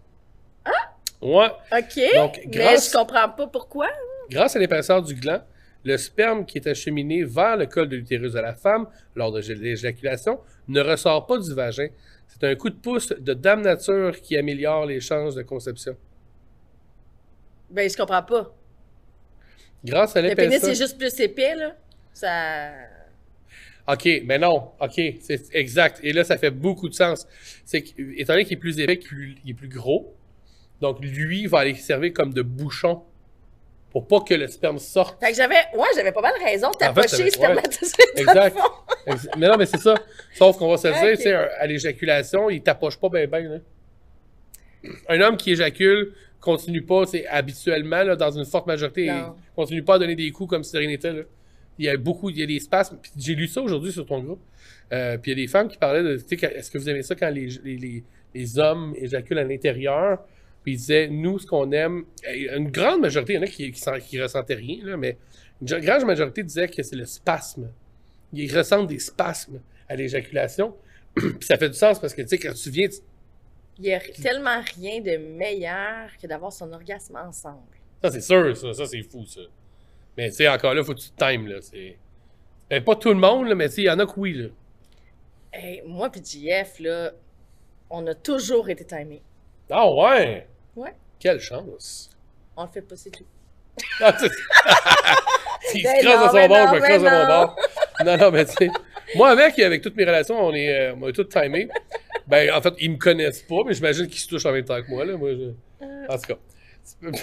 [SPEAKER 2] Hein?
[SPEAKER 1] Ah? Ouais.
[SPEAKER 2] OK.
[SPEAKER 1] Donc,
[SPEAKER 2] Mais
[SPEAKER 1] grâce-
[SPEAKER 2] je comprends pas pourquoi.
[SPEAKER 1] Grâce à l'épaisseur du gland, le sperme qui est acheminé vers le col de l'utérus de la femme lors de l'éjaculation ne ressort pas du vagin. C'est un coup de pouce de Dame Nature qui améliore les chances de conception.
[SPEAKER 2] Ben, je comprends pas.
[SPEAKER 1] Grâce à
[SPEAKER 2] Le pénis
[SPEAKER 1] l'épaisseur.
[SPEAKER 2] est juste plus épais, là. Ça.
[SPEAKER 1] OK, mais non. OK, c'est exact. Et là, ça fait beaucoup de sens. C'est que, étant donné qu'il est plus épais, qu'il- il est plus gros, donc lui va aller servir comme de bouchon pour pas que le sperme sorte.
[SPEAKER 2] Fait que j'avais. Ouais, j'avais pas mal raison de
[SPEAKER 1] En fait,
[SPEAKER 2] tapocher les
[SPEAKER 1] t'avais- ouais.
[SPEAKER 2] spermatozoïdes dans le
[SPEAKER 1] Exact.
[SPEAKER 2] fond.
[SPEAKER 1] Ex- mais non, mais c'est ça. Sauf qu'on va se le dire,
[SPEAKER 2] Ok.
[SPEAKER 1] tu sais, un- à l'éjaculation, il t'approche pas bien, bien. hein. Un homme qui éjacule continue pas, c'est habituellement, là, dans une forte majorité, il
[SPEAKER 2] Non.
[SPEAKER 1] continue pas à donner des coups comme si de rien n'était. là. Il y a beaucoup, il y a des spasmes. Puis J'ai lu ça aujourd'hui sur ton groupe. Euh, puis il y a des femmes qui parlaient de, tu sais, quand- est-ce que vous aimez ça quand les, les, les- les hommes éjaculent à l'intérieur? Puis ils disaient, nous, ce qu'on aime, et une grande majorité, il y en a qui, qui, sent- qui ressentaient rien, là, mais une ge- grande majorité disait que c'est le spasme. Ils ressentent des spasmes à l'éjaculation. puis ça fait du sens parce que, tu sais, quand tu viens, tu-
[SPEAKER 2] Il y a tellement rien de meilleur que d'avoir son orgasme ensemble.
[SPEAKER 1] ça c'est sûr, ça, ça c'est fou, ça. Mais tu sais, encore là, faut que tu te times, là. c'est- Ben, pas tout le monde, là, mais tu sais, il y en a que oui, là.
[SPEAKER 2] Hey, moi puis JF, là, on a toujours été timés.
[SPEAKER 1] Ah ouais!
[SPEAKER 2] Ouais.
[SPEAKER 1] Quelle chance!
[SPEAKER 2] On le fait pas, c'est tout.
[SPEAKER 1] Ah, tu- S'il
[SPEAKER 2] Ben
[SPEAKER 1] se crosse à
[SPEAKER 2] non,
[SPEAKER 1] son
[SPEAKER 2] ben
[SPEAKER 1] bord, je
[SPEAKER 2] non,
[SPEAKER 1] me crosse
[SPEAKER 2] ben
[SPEAKER 1] à mon
[SPEAKER 2] non.
[SPEAKER 1] bord. Non, non, mais tu sais, moi avec, avec toutes mes relations, on est, euh, on est tous timés. Ben, en fait, ils me connaissent pas, mais j'imagine qu'ils se touchent en même temps que moi, là. Moi, je- En tout cas.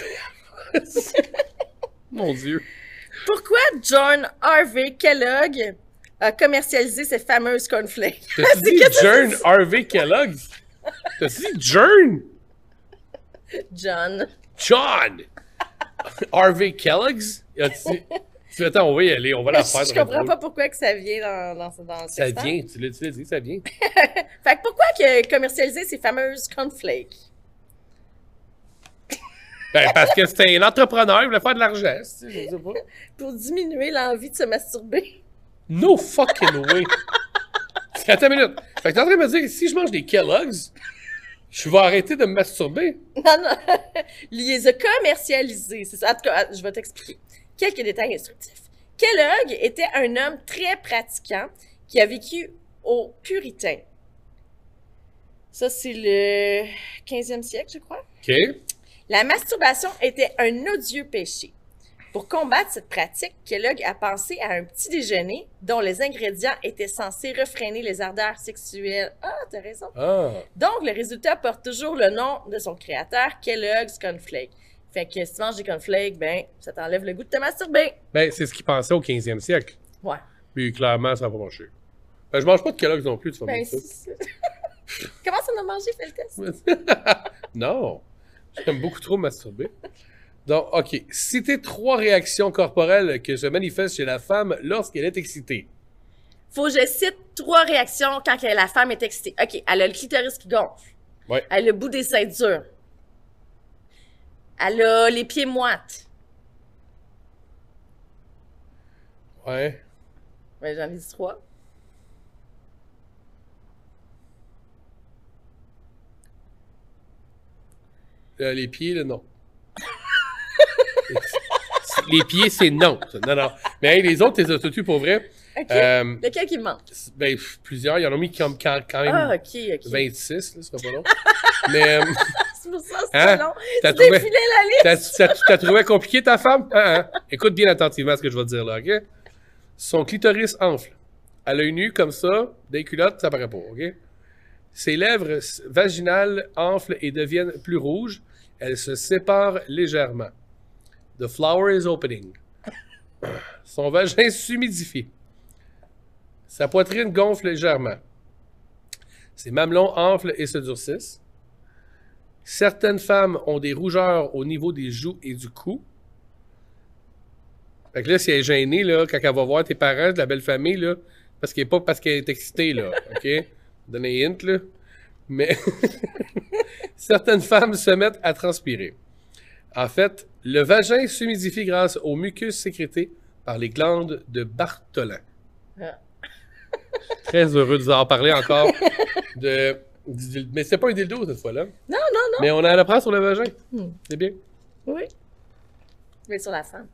[SPEAKER 1] Mon Dieu.
[SPEAKER 2] Ah, Pourquoi John Harvey Kellogg a commercialisé ces fameuses cornflakes?
[SPEAKER 1] T'as-tu dit
[SPEAKER 2] Qu'est-ce que
[SPEAKER 1] Jern Harvey Kellogg? T'as-tu dit Jern?
[SPEAKER 2] John.
[SPEAKER 1] John! Harvey Kellogg's? As-tu dit- Tu attends, on va y aller, on va la faire.
[SPEAKER 2] je
[SPEAKER 1] ça va être
[SPEAKER 2] comprends
[SPEAKER 1] drôle.
[SPEAKER 2] pas pourquoi que ça vient dans, dans, dans le
[SPEAKER 1] Ça
[SPEAKER 2] texte.
[SPEAKER 1] vient, tu l'as tu l'as dit, ça vient.
[SPEAKER 2] Fait que pourquoi que commercialiser ces fameuses cornflakes?
[SPEAKER 1] Ben, parce que c'était un entrepreneur, il voulait faire de l'argent. tu sais, je sais pas.
[SPEAKER 2] Pour diminuer l'envie de se masturber.
[SPEAKER 1] No fucking way. Attends une minute. Fait que t'es en train de me dire que si je mange des Kellogg's, je vais arrêter de me masturber.
[SPEAKER 2] Non, non. Il les a commercialisés. C'est ça. En tout cas, je vais t'expliquer. Quelques détails instructifs. Kellogg était un homme très pratiquant qui a vécu au Puritain. Ça, c'est le 15e siècle, je crois.
[SPEAKER 1] OK?
[SPEAKER 2] La masturbation était un odieux péché. Pour combattre cette pratique, Kellogg a pensé à un petit déjeuner dont les ingrédients étaient censés refréner les ardeurs sexuelles. Ah, t'as raison.
[SPEAKER 1] Ah.
[SPEAKER 2] Donc, le résultat porte toujours le nom de son créateur, Kellogg's Cornflakes. Fait que si tu manges des cornflakes, ben, ça t'enlève le goût de te masturber.
[SPEAKER 1] Ben, c'est ce qu'ils pensaient au 15e siècle.
[SPEAKER 2] Ouais.
[SPEAKER 1] Puis clairement, ça va marcher. Ben, je mange pas de Kellogg's non plus, tu vas me
[SPEAKER 2] Ben,
[SPEAKER 1] dire ça.
[SPEAKER 2] c'est- Comment ça m'a mangé, fais le test?
[SPEAKER 1] non. J'aime beaucoup trop masturber. Donc, OK. Citer trois réactions corporelles que se manifestent chez la femme lorsqu'elle est excitée.
[SPEAKER 2] Faut que je cite trois réactions quand que la femme est excitée. OK, elle a le clitoris qui gonfle.
[SPEAKER 1] Ouais.
[SPEAKER 2] Elle a le bout des ceintures. Elle a les pieds moites.
[SPEAKER 1] Ouais.
[SPEAKER 2] Ben, j'en ai dit trois.
[SPEAKER 1] Euh, les pieds, là, non. les pieds, c'est non. ça. Non, non. Mais hey, les autres, t'es as pour vrai.
[SPEAKER 2] OK.
[SPEAKER 1] Euh,
[SPEAKER 2] Lequel qui me manque?
[SPEAKER 1] ben, pff, plusieurs. Il y en a mis quand, quand- quand même
[SPEAKER 2] Ah, OK, OK. Ah,
[SPEAKER 1] 26, là, ce sera pas long. Mais euh,
[SPEAKER 2] C'est pour ça, c'est
[SPEAKER 1] Hein?
[SPEAKER 2] long.
[SPEAKER 1] T'as
[SPEAKER 2] Tu
[SPEAKER 1] trouvé-
[SPEAKER 2] défilais la liste.
[SPEAKER 1] T'as- T'as t'as trouvé compliqué ta femme? Hein, hein? Écoute bien attentivement ce que je vais te dire là, ok? Son clitoris enfle. À l'œil nu, comme ça, des culottes, ça paraît pas, ok? Ses lèvres s- vaginales enflent et deviennent plus rouges. Elles se séparent légèrement. The flower is opening. Son vagin s'humidifie. Sa poitrine gonfle légèrement. Ses mamelons enflent et se durcissent. Certaines femmes ont des rougeurs au niveau des joues et du cou. Fait que là, si elle est gênée, là, quand elle va voir tes parents de la belle famille, là, parce qu'elle est pas parce qu'elle est excitée, là, OK? Donnez un hint, là. Mais certaines femmes se mettent à transpirer. En fait, le vagin s'humidifie grâce au mucus sécrété par les glandes de Bartholin.
[SPEAKER 2] Ah.
[SPEAKER 1] Très heureux de vous en parler encore. De, du dildo. mais c'est pas un dildo cette fois-là.
[SPEAKER 2] Non, non,
[SPEAKER 1] Mais on en apprend sur le vagin.
[SPEAKER 2] Hmm.
[SPEAKER 1] C'est bien.
[SPEAKER 2] non. Oui. Mais sur la femme.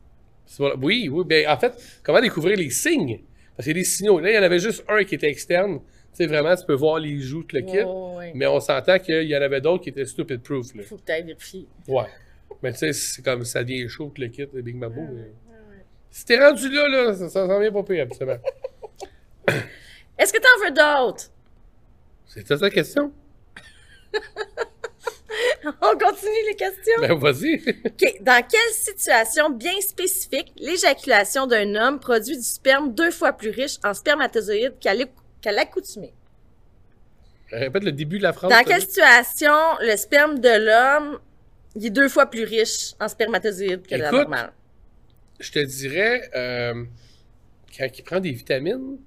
[SPEAKER 1] C'est voilà. Oui, oui. Ben, en fait, comment découvrir les signes? Parce qu'il y a des signaux. Là, il y en avait juste un qui était externe. Tu sais, vraiment, tu peux voir les joues, tout le kit.
[SPEAKER 2] Oh, ouais.
[SPEAKER 1] Mais on s'entend qu'il y en avait d'autres qui étaient stupid proof. Là.
[SPEAKER 2] Faut que t'ailles vérifier.
[SPEAKER 1] Ouais. Mais tu sais, c'est comme ça devient chaud, tout le kit, le Big Mabou. mais- Si t'es rendu là, là, ça, ça s'en vient pas pire, absolument.
[SPEAKER 2] Est-ce que t'en veux d'autres?
[SPEAKER 1] C'est ça ta question?
[SPEAKER 2] On continue les questions.
[SPEAKER 1] Ben, vas-y.
[SPEAKER 2] OK. Dans quelle situation bien spécifique l'éjaculation d'un homme produit du sperme deux fois plus riche en spermatozoïdes qu'à l'é- qu'à l'accoutumée?
[SPEAKER 1] Répète le début de la phrase.
[SPEAKER 2] Dans
[SPEAKER 1] Oh, t'as
[SPEAKER 2] quelle
[SPEAKER 1] dit.
[SPEAKER 2] situation le sperme de l'homme il est deux fois plus riche en spermatozoïdes que la
[SPEAKER 1] Écoute.
[SPEAKER 2] normale?
[SPEAKER 1] Je te dirais, euh, quand il prend des vitamines.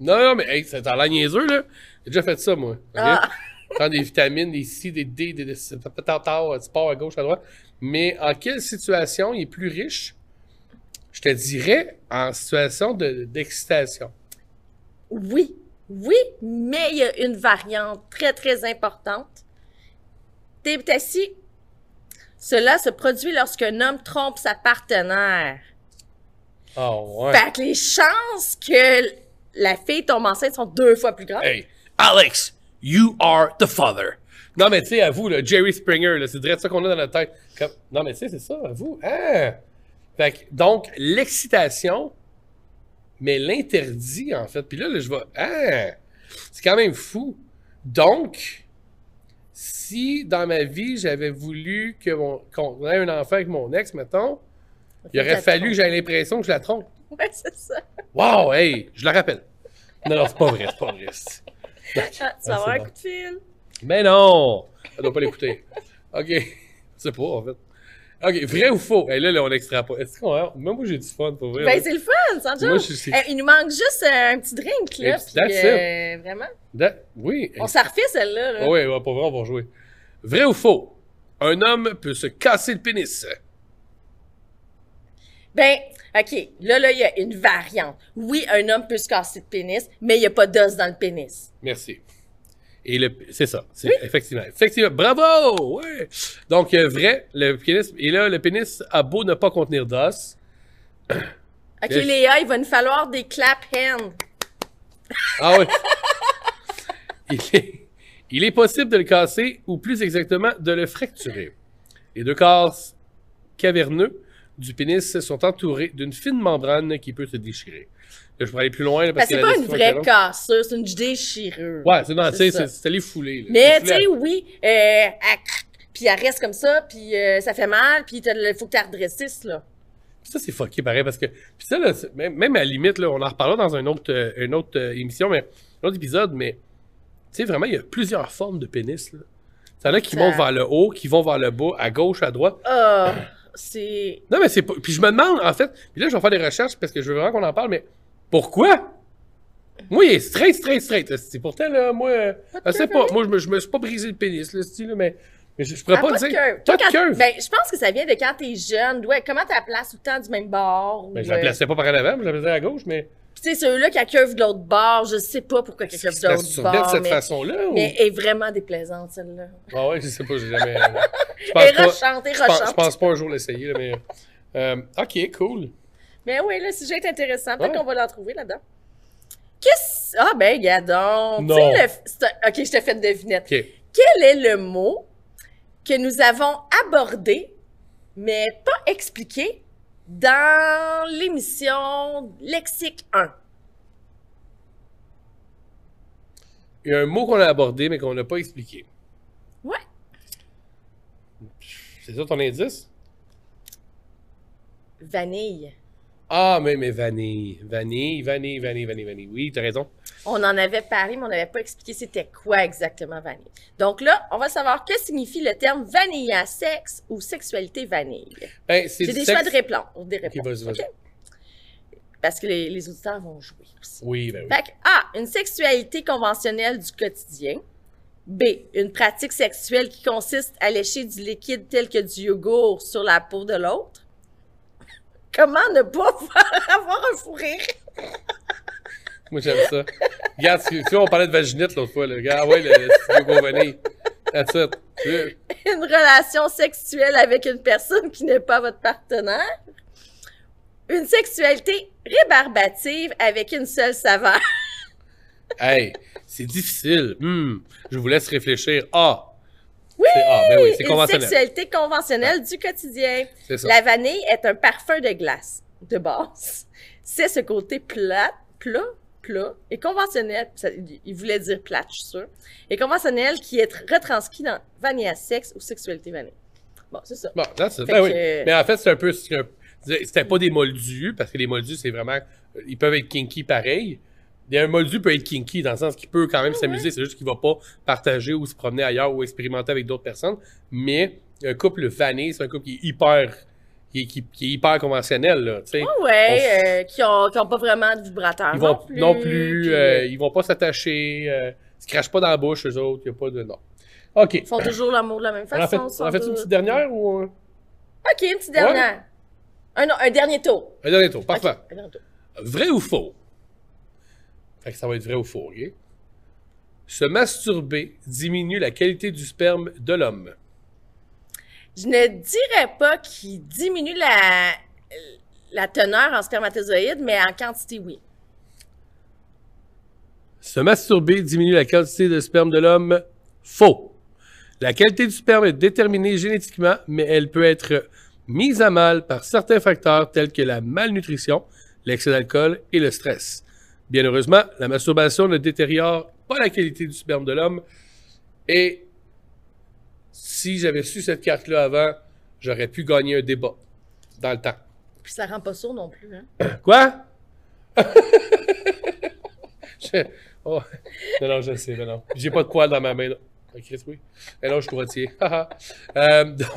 [SPEAKER 1] Non, non, mais hey, ça t'en l'air niaiseux, là. J'ai déjà fait ça, moi. ok?
[SPEAKER 2] Ah.
[SPEAKER 1] Prendre des vitamines, des C, des D, des, des, des patata, tu pars à gauche, à droite. Mais en quelle situation il est plus riche? Je te dirais en situation de- d'excitation.
[SPEAKER 2] Oui. Oui, mais il y a une variante très, très importante. T'es t'es assis. Cela se produit lorsqu'un homme trompe sa partenaire.
[SPEAKER 1] Ah ouais.
[SPEAKER 2] Fait que les chances que la fille tombe enceinte sont deux fois plus grandes.
[SPEAKER 1] Hey, Alex, you are the father. Non, mais tu sais, avoue, là, Jerry Springer, là, c'est direct ça qu'on a dans notre tête. Comme- Non, mais tu sais, c'est ça, avoue. Ah! Fait que, donc, l'excitation, mais l'interdit, en fait. Puis là, là, je vais. Ah! C'est quand même fou. Donc, si dans ma vie, j'avais voulu que mon- qu'on ait un enfant avec mon ex, mettons, il
[SPEAKER 2] que je
[SPEAKER 1] aurait
[SPEAKER 2] la
[SPEAKER 1] fallu
[SPEAKER 2] trompe.
[SPEAKER 1] que j'aie l'impression que je la trompe.
[SPEAKER 2] Ouais, c'est ça.
[SPEAKER 1] Wow, hey, je la rappelle. Non, non, c'est pas vrai, c'est pas vrai. c'est-
[SPEAKER 2] Ah, tu vas
[SPEAKER 1] Ah,
[SPEAKER 2] avoir
[SPEAKER 1] c'est
[SPEAKER 2] un
[SPEAKER 1] bon.
[SPEAKER 2] coup de fil.
[SPEAKER 1] Mais non! Elle doit pas l'écouter. OK. C'est pas, en fait. OK, vrai ou faux? Et là, là, on extrapole. Est-ce qu'on a... Même moi, j'ai du fun, pour vrai.
[SPEAKER 2] Ben,
[SPEAKER 1] là.
[SPEAKER 2] c'est le fun, sans
[SPEAKER 1] Moi,
[SPEAKER 2] joke.
[SPEAKER 1] je suis-
[SPEAKER 2] Eh, il nous manque juste euh, un petit drink,
[SPEAKER 1] Un
[SPEAKER 2] là.
[SPEAKER 1] petit-
[SPEAKER 2] Puis,
[SPEAKER 1] that's
[SPEAKER 2] euh, vraiment.
[SPEAKER 1] Da- Oui.
[SPEAKER 2] On s'en refait, celle-là. là.
[SPEAKER 1] Ah oui, ouais, pour vrai, on va jouer. Vrai ou faux? Un homme peut se casser le pénis.
[SPEAKER 2] Ben, OK, là, là, il y a une variante. Oui, un homme peut se casser le pénis, mais il n'y a pas d'os dans le pénis.
[SPEAKER 1] Merci. Et le, c'est ça, c'est effectivement, effectivement, bravo, ouais. Donc euh, vrai, le pénis et là le pénis a beau ne pas contenir d'os.
[SPEAKER 2] OK,
[SPEAKER 1] Yes.
[SPEAKER 2] Léa, il va nous falloir des clap hands.
[SPEAKER 1] Ah oui. il, est, il est possible de le casser ou plus exactement de le fracturer. Les deux corps caverneux du pénis sont entourés d'une fine membrane qui peut se déchirer. Là, je pourrais aller plus loin là,
[SPEAKER 2] Parce
[SPEAKER 1] parce
[SPEAKER 2] que Ben,
[SPEAKER 1] que la
[SPEAKER 2] c'est pas une
[SPEAKER 1] description est
[SPEAKER 2] vraie
[SPEAKER 1] longue.
[SPEAKER 2] cassure, c'est une déchirure.
[SPEAKER 1] Ouais, c'est non, tu sais,
[SPEAKER 2] ça.
[SPEAKER 1] c'est- c'est allé fouler. là.
[SPEAKER 2] Mais,
[SPEAKER 1] C'est
[SPEAKER 2] tu
[SPEAKER 1] foulé à-
[SPEAKER 2] sais, oui, euh, elle cr- puis elle reste comme ça, puis euh, ça fait mal, puis il faut que tu la redressisses, là.
[SPEAKER 1] Puis ça, c'est fucké, pareil, parce que. Puis ça, là, c'est- même, même à la limite, là, on en reparlera dans un autre, euh, une autre euh, émission, mais un autre épisode, mais tu sais, vraiment, il y a plusieurs formes de pénis. Là. Il y en a qui
[SPEAKER 2] Ça-
[SPEAKER 1] montent vers le haut, qui vont vers le bas, à gauche, à droite.
[SPEAKER 2] Ah, c'est...
[SPEAKER 1] Non, mais c'est pas. Puis je me demande, en fait, puis là, je vais faire des recherches parce que je veux vraiment qu'on en parle, mais pourquoi? Moi, il est straight, straight, straight. C'est pourtant, là, moi. euh, Je sais pas. Moi, je me, je me suis pas brisé le pénis, là, style, mais. Mais je, je pourrais
[SPEAKER 2] Ah,
[SPEAKER 1] pas
[SPEAKER 2] pas de
[SPEAKER 1] dire.
[SPEAKER 2] curve.
[SPEAKER 1] Pas
[SPEAKER 2] Toi, quand-
[SPEAKER 1] de curve.
[SPEAKER 2] Ben, je pense que ça vient de quand t'es jeune. Ouais, comment t'as la place tout le temps du même bord? ou,
[SPEAKER 1] Ben, je la
[SPEAKER 2] euh,
[SPEAKER 1] plaçais pas par en avant, je la plaçais à gauche, mais.
[SPEAKER 2] Puis tu sais, ceux-là qui accueuvent de l'autre bord, je sais pas pourquoi ils accueuvent de
[SPEAKER 1] Ça se
[SPEAKER 2] l'autre
[SPEAKER 1] survient de
[SPEAKER 2] bord.
[SPEAKER 1] cette
[SPEAKER 2] mais,
[SPEAKER 1] façon-là? ou-
[SPEAKER 2] mais elle est vraiment déplaisante, celle-là.
[SPEAKER 1] Ah ouais, Oh. je sais pas, j'ai jamais. Je
[SPEAKER 2] Elle est
[SPEAKER 1] pense pas.
[SPEAKER 2] rochante, elle est
[SPEAKER 1] Je pense, je
[SPEAKER 2] rochante.
[SPEAKER 1] pense pas un jour l'essayer, là, mais. Euh, ok, cool.
[SPEAKER 2] Mais oui, le sujet est intéressant. Peut-être
[SPEAKER 1] Ouais.
[SPEAKER 2] qu'on va l'en trouver là-dedans. Qu'est-ce. Ah, ben, gadon. Tu
[SPEAKER 1] Non.
[SPEAKER 2] sais, le... c'est un- Ok, je te fais une devinette.
[SPEAKER 1] Ok.
[SPEAKER 2] Quel est le mot que nous avons abordé, mais pas expliqué, dans l'émission Lexique 1?
[SPEAKER 1] Il y a un mot qu'on a abordé, mais qu'on n'a pas expliqué.
[SPEAKER 2] Ouais.
[SPEAKER 1] C'est ça ton indice?
[SPEAKER 2] Vanille.
[SPEAKER 1] Ah, mais, mais vanille. Vanille, vanille, vanille, vanille, vanille. Oui, t'as raison.
[SPEAKER 2] On en avait parlé, mais on n'avait pas expliqué c'était quoi exactement vanille. Donc là, on va savoir que signifie le terme vanille à sexe ou sexualité vanille.
[SPEAKER 1] Ben, c'est
[SPEAKER 2] J'ai
[SPEAKER 1] du
[SPEAKER 2] des
[SPEAKER 1] sexe-
[SPEAKER 2] choix de réponse. Des réponses.
[SPEAKER 1] vas-y, vas-y.
[SPEAKER 2] OK? Parce que les, les auditeurs vont jouer aussi.
[SPEAKER 1] Oui, ben oui.
[SPEAKER 2] Fait que A, une sexualité conventionnelle du quotidien. B, une pratique sexuelle qui consiste à lécher du liquide tel que du yogourt sur la peau de l'autre. Comment ne pas avoir un fou rire?
[SPEAKER 1] Moi, j'aime ça. Regarde, tu, tu vois, on parlait de vaginite l'autre fois, là. Regarde, ouais, le, le petit yogourt vanille. That's it. Tu veux-
[SPEAKER 2] une relation sexuelle avec une personne qui n'est pas votre partenaire, une sexualité rébarbative avec une seule saveur.
[SPEAKER 1] Hey, c'est difficile. Hmm, Je vous laisse réfléchir. Ah,
[SPEAKER 2] Oui,
[SPEAKER 1] C'est- ah, ben oui, c'est
[SPEAKER 2] une
[SPEAKER 1] conventionnel.
[SPEAKER 2] sexualité conventionnelle du quotidien.
[SPEAKER 1] c'est ça.
[SPEAKER 2] La vanille est un parfum de glace de base. C'est ce côté plat, plat, plat et conventionnel. ça- il voulait dire plate, je suis sûre. Et conventionnel qui est retranscrit dans vanille à sexe ou sexualité vanille. Bon, c'est ça.
[SPEAKER 1] Bon, that's it.
[SPEAKER 2] Fait
[SPEAKER 1] Ben oui.
[SPEAKER 2] que-
[SPEAKER 1] Mais en fait, c'est un peu. c'est un- C'était pas des moldus, parce que les moldus, c'est vraiment. Ils peuvent être kinky pareil. Mais Un moldu peut être kinky dans le sens qu'il peut quand
[SPEAKER 2] Ah
[SPEAKER 1] même s'amuser, c'est juste qu'il va pas partager ou se promener ailleurs ou expérimenter avec d'autres personnes. Mais un couple vanné, c'est un couple qui est hyper. qui est, qui- qui est hyper conventionnel, là. tu sais.
[SPEAKER 2] Ah ouais, euh, qui, ont, qui ont pas vraiment de vibrateur.
[SPEAKER 1] Ils vont
[SPEAKER 2] non Ah, plus.
[SPEAKER 1] non plus,
[SPEAKER 2] puis,
[SPEAKER 1] euh, ils vont pas s'attacher, euh, ils se crachent pas dans la bouche, eux autres, il a pas de. Non. OK.
[SPEAKER 2] Ils font toujours l'amour de la même
[SPEAKER 1] On en fait,
[SPEAKER 2] façon.
[SPEAKER 1] on
[SPEAKER 2] sans
[SPEAKER 1] en fait une
[SPEAKER 2] doute.
[SPEAKER 1] petite dernière ou. euh, un-
[SPEAKER 2] Ok, une petite dernière. Un, un dernier tour.
[SPEAKER 1] Un dernier tour, parfait.
[SPEAKER 2] Un dernier tour.
[SPEAKER 1] Vrai ou faux? Fait que ça va être vrai ou faux, OK? Se masturber diminue la qualité du sperme de l'homme.
[SPEAKER 2] Je ne dirais pas qu'il diminue la, la teneur en spermatozoïdes, mais en quantité, oui.
[SPEAKER 1] Se masturber diminue la quantité de sperme de l'homme. Faux. La qualité du sperme est déterminée génétiquement, mais elle peut être mise à mal par certains facteurs tels que la malnutrition, l'excès d'alcool et le stress. Bien heureusement, la masturbation ne détériore pas la qualité du sperme de l'homme. Et si j'avais su cette carte-là avant, j'aurais pu gagner un débat dans le temps.
[SPEAKER 2] Puis ça rend pas sourd non plus. Hein.
[SPEAKER 1] Quoi? Je- oh. Non, non, je le sais, mais non. J'ai pas de poils dans ma main. non. Ah, Chris, oui. Mais non, je suis droitier. Haha. euh, donc,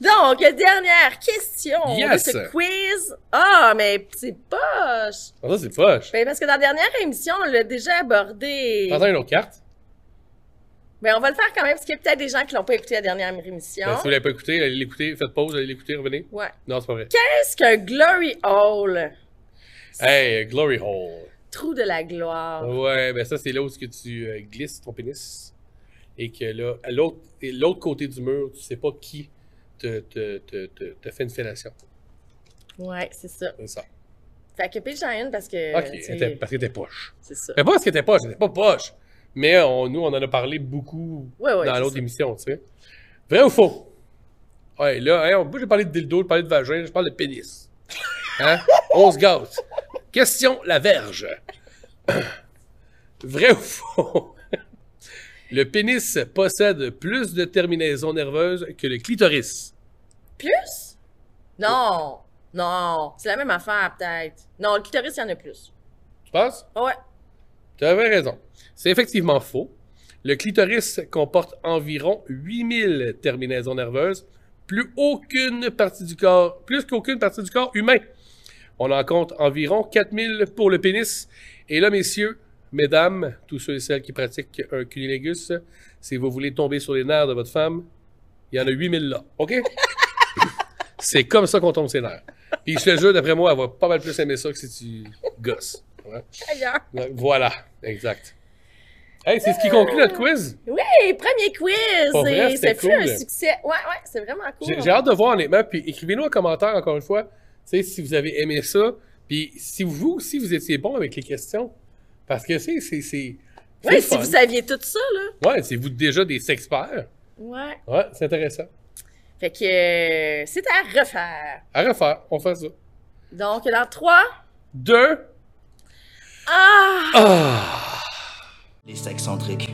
[SPEAKER 2] Donc, dernière question
[SPEAKER 1] Yes.
[SPEAKER 2] de ce quiz. Ah, mais c'est pas...
[SPEAKER 1] ça, c'est poche. Ah,
[SPEAKER 2] Ben, parce que dans la dernière émission, on l'a déjà abordé.
[SPEAKER 1] Prends-en une autre carte.
[SPEAKER 2] Mais Ben, on va le faire quand même, parce qu'il y a peut-être des gens qui l'ont pas écouté la dernière émission.
[SPEAKER 1] Ben, si vous l'avez pas écouté, allez l'écouter, faites pause, allez l'écouter, revenez.
[SPEAKER 2] Ouais.
[SPEAKER 1] Non, c'est pas vrai.
[SPEAKER 2] Qu'est-ce qu'un glory hole?
[SPEAKER 1] Hey, Glory Hole.
[SPEAKER 2] Trou de la gloire.
[SPEAKER 1] Ouais, ben ça, c'est là où est-ce que tu euh, glisses ton pénis. Et que là, à l'autre et l'autre côté du mur, tu sais pas qui te, te, te, te, te fait une fellation.
[SPEAKER 2] Ouais, c'est ça.
[SPEAKER 1] C'est ça.
[SPEAKER 2] Fait que pitch en une parce que.
[SPEAKER 1] Ok,
[SPEAKER 2] tu sais,
[SPEAKER 1] était- parce que t'es poche.
[SPEAKER 2] C'est ça.
[SPEAKER 1] Mais pas parce que t'es poche, t'es pas poche. Mais euh, on, nous, on en a parlé beaucoup
[SPEAKER 2] Ouais, ouais,
[SPEAKER 1] dans
[SPEAKER 2] c'est
[SPEAKER 1] l'autre
[SPEAKER 2] ça.
[SPEAKER 1] émission, tu sais. Vrai ou faux? Ouais, là, hein, moi, j'ai parlé de dildo, j'ai parlé de vagin, je parle de pénis. Hein? on se gâte. Question la verge. Vrai ou faux? Le pénis possède plus de terminaisons nerveuses que le clitoris.
[SPEAKER 2] Plus? Non! Non! C'est la même affaire, peut-être. Non, le clitoris, il y en a plus.
[SPEAKER 1] Tu penses?
[SPEAKER 2] Ah Ouais.
[SPEAKER 1] Tu avais raison. C'est effectivement faux. Le clitoris comporte environ 8000 terminaisons nerveuses, plus aucune partie du corps, plus qu'aucune partie du corps humain. On en compte environ 4000 pour le pénis. Et là, messieurs, mesdames, tous ceux et celles qui pratiquent un cunilingus, si vous voulez tomber sur les nerfs de votre femme, il y en a 8000 là, OK? C'est comme ça qu'on tombe ses nerfs. Puis je te jure, d'après moi, elle va pas mal plus aimer ça que si tu gosses. Ouais.
[SPEAKER 2] Ailleurs.
[SPEAKER 1] Ouais, Voilà, exact. Hey, c'est ce
[SPEAKER 2] Euh,
[SPEAKER 1] qui conclut notre quiz.
[SPEAKER 2] Oui! Premier quiz!
[SPEAKER 1] Pas vrai,
[SPEAKER 2] et
[SPEAKER 1] c'était
[SPEAKER 2] ça fut un
[SPEAKER 1] cool.
[SPEAKER 2] succès. Ouais, ouais, c'est vraiment cool.
[SPEAKER 1] J'ai j'ai hâte de voir honnêtement. Puis écrivez-nous en commentaire encore une fois tu sais, si vous avez aimé ça. Puis si vous aussi vous étiez bon avec les questions. Parce que c'est. c'est- c'est- c'est
[SPEAKER 2] Ouais,
[SPEAKER 1] le
[SPEAKER 2] si
[SPEAKER 1] fun.
[SPEAKER 2] vous saviez tout ça, là.
[SPEAKER 1] Ouais, c'est vous déjà des experts.
[SPEAKER 2] Ouais.
[SPEAKER 1] Ouais, c'est intéressant.
[SPEAKER 2] Fait que euh, c'est à refaire.
[SPEAKER 1] À refaire, on fait ça.
[SPEAKER 2] Donc, dans trois.
[SPEAKER 1] Deux.
[SPEAKER 2] Ah!
[SPEAKER 1] Ah!
[SPEAKER 3] Les sexcentriques.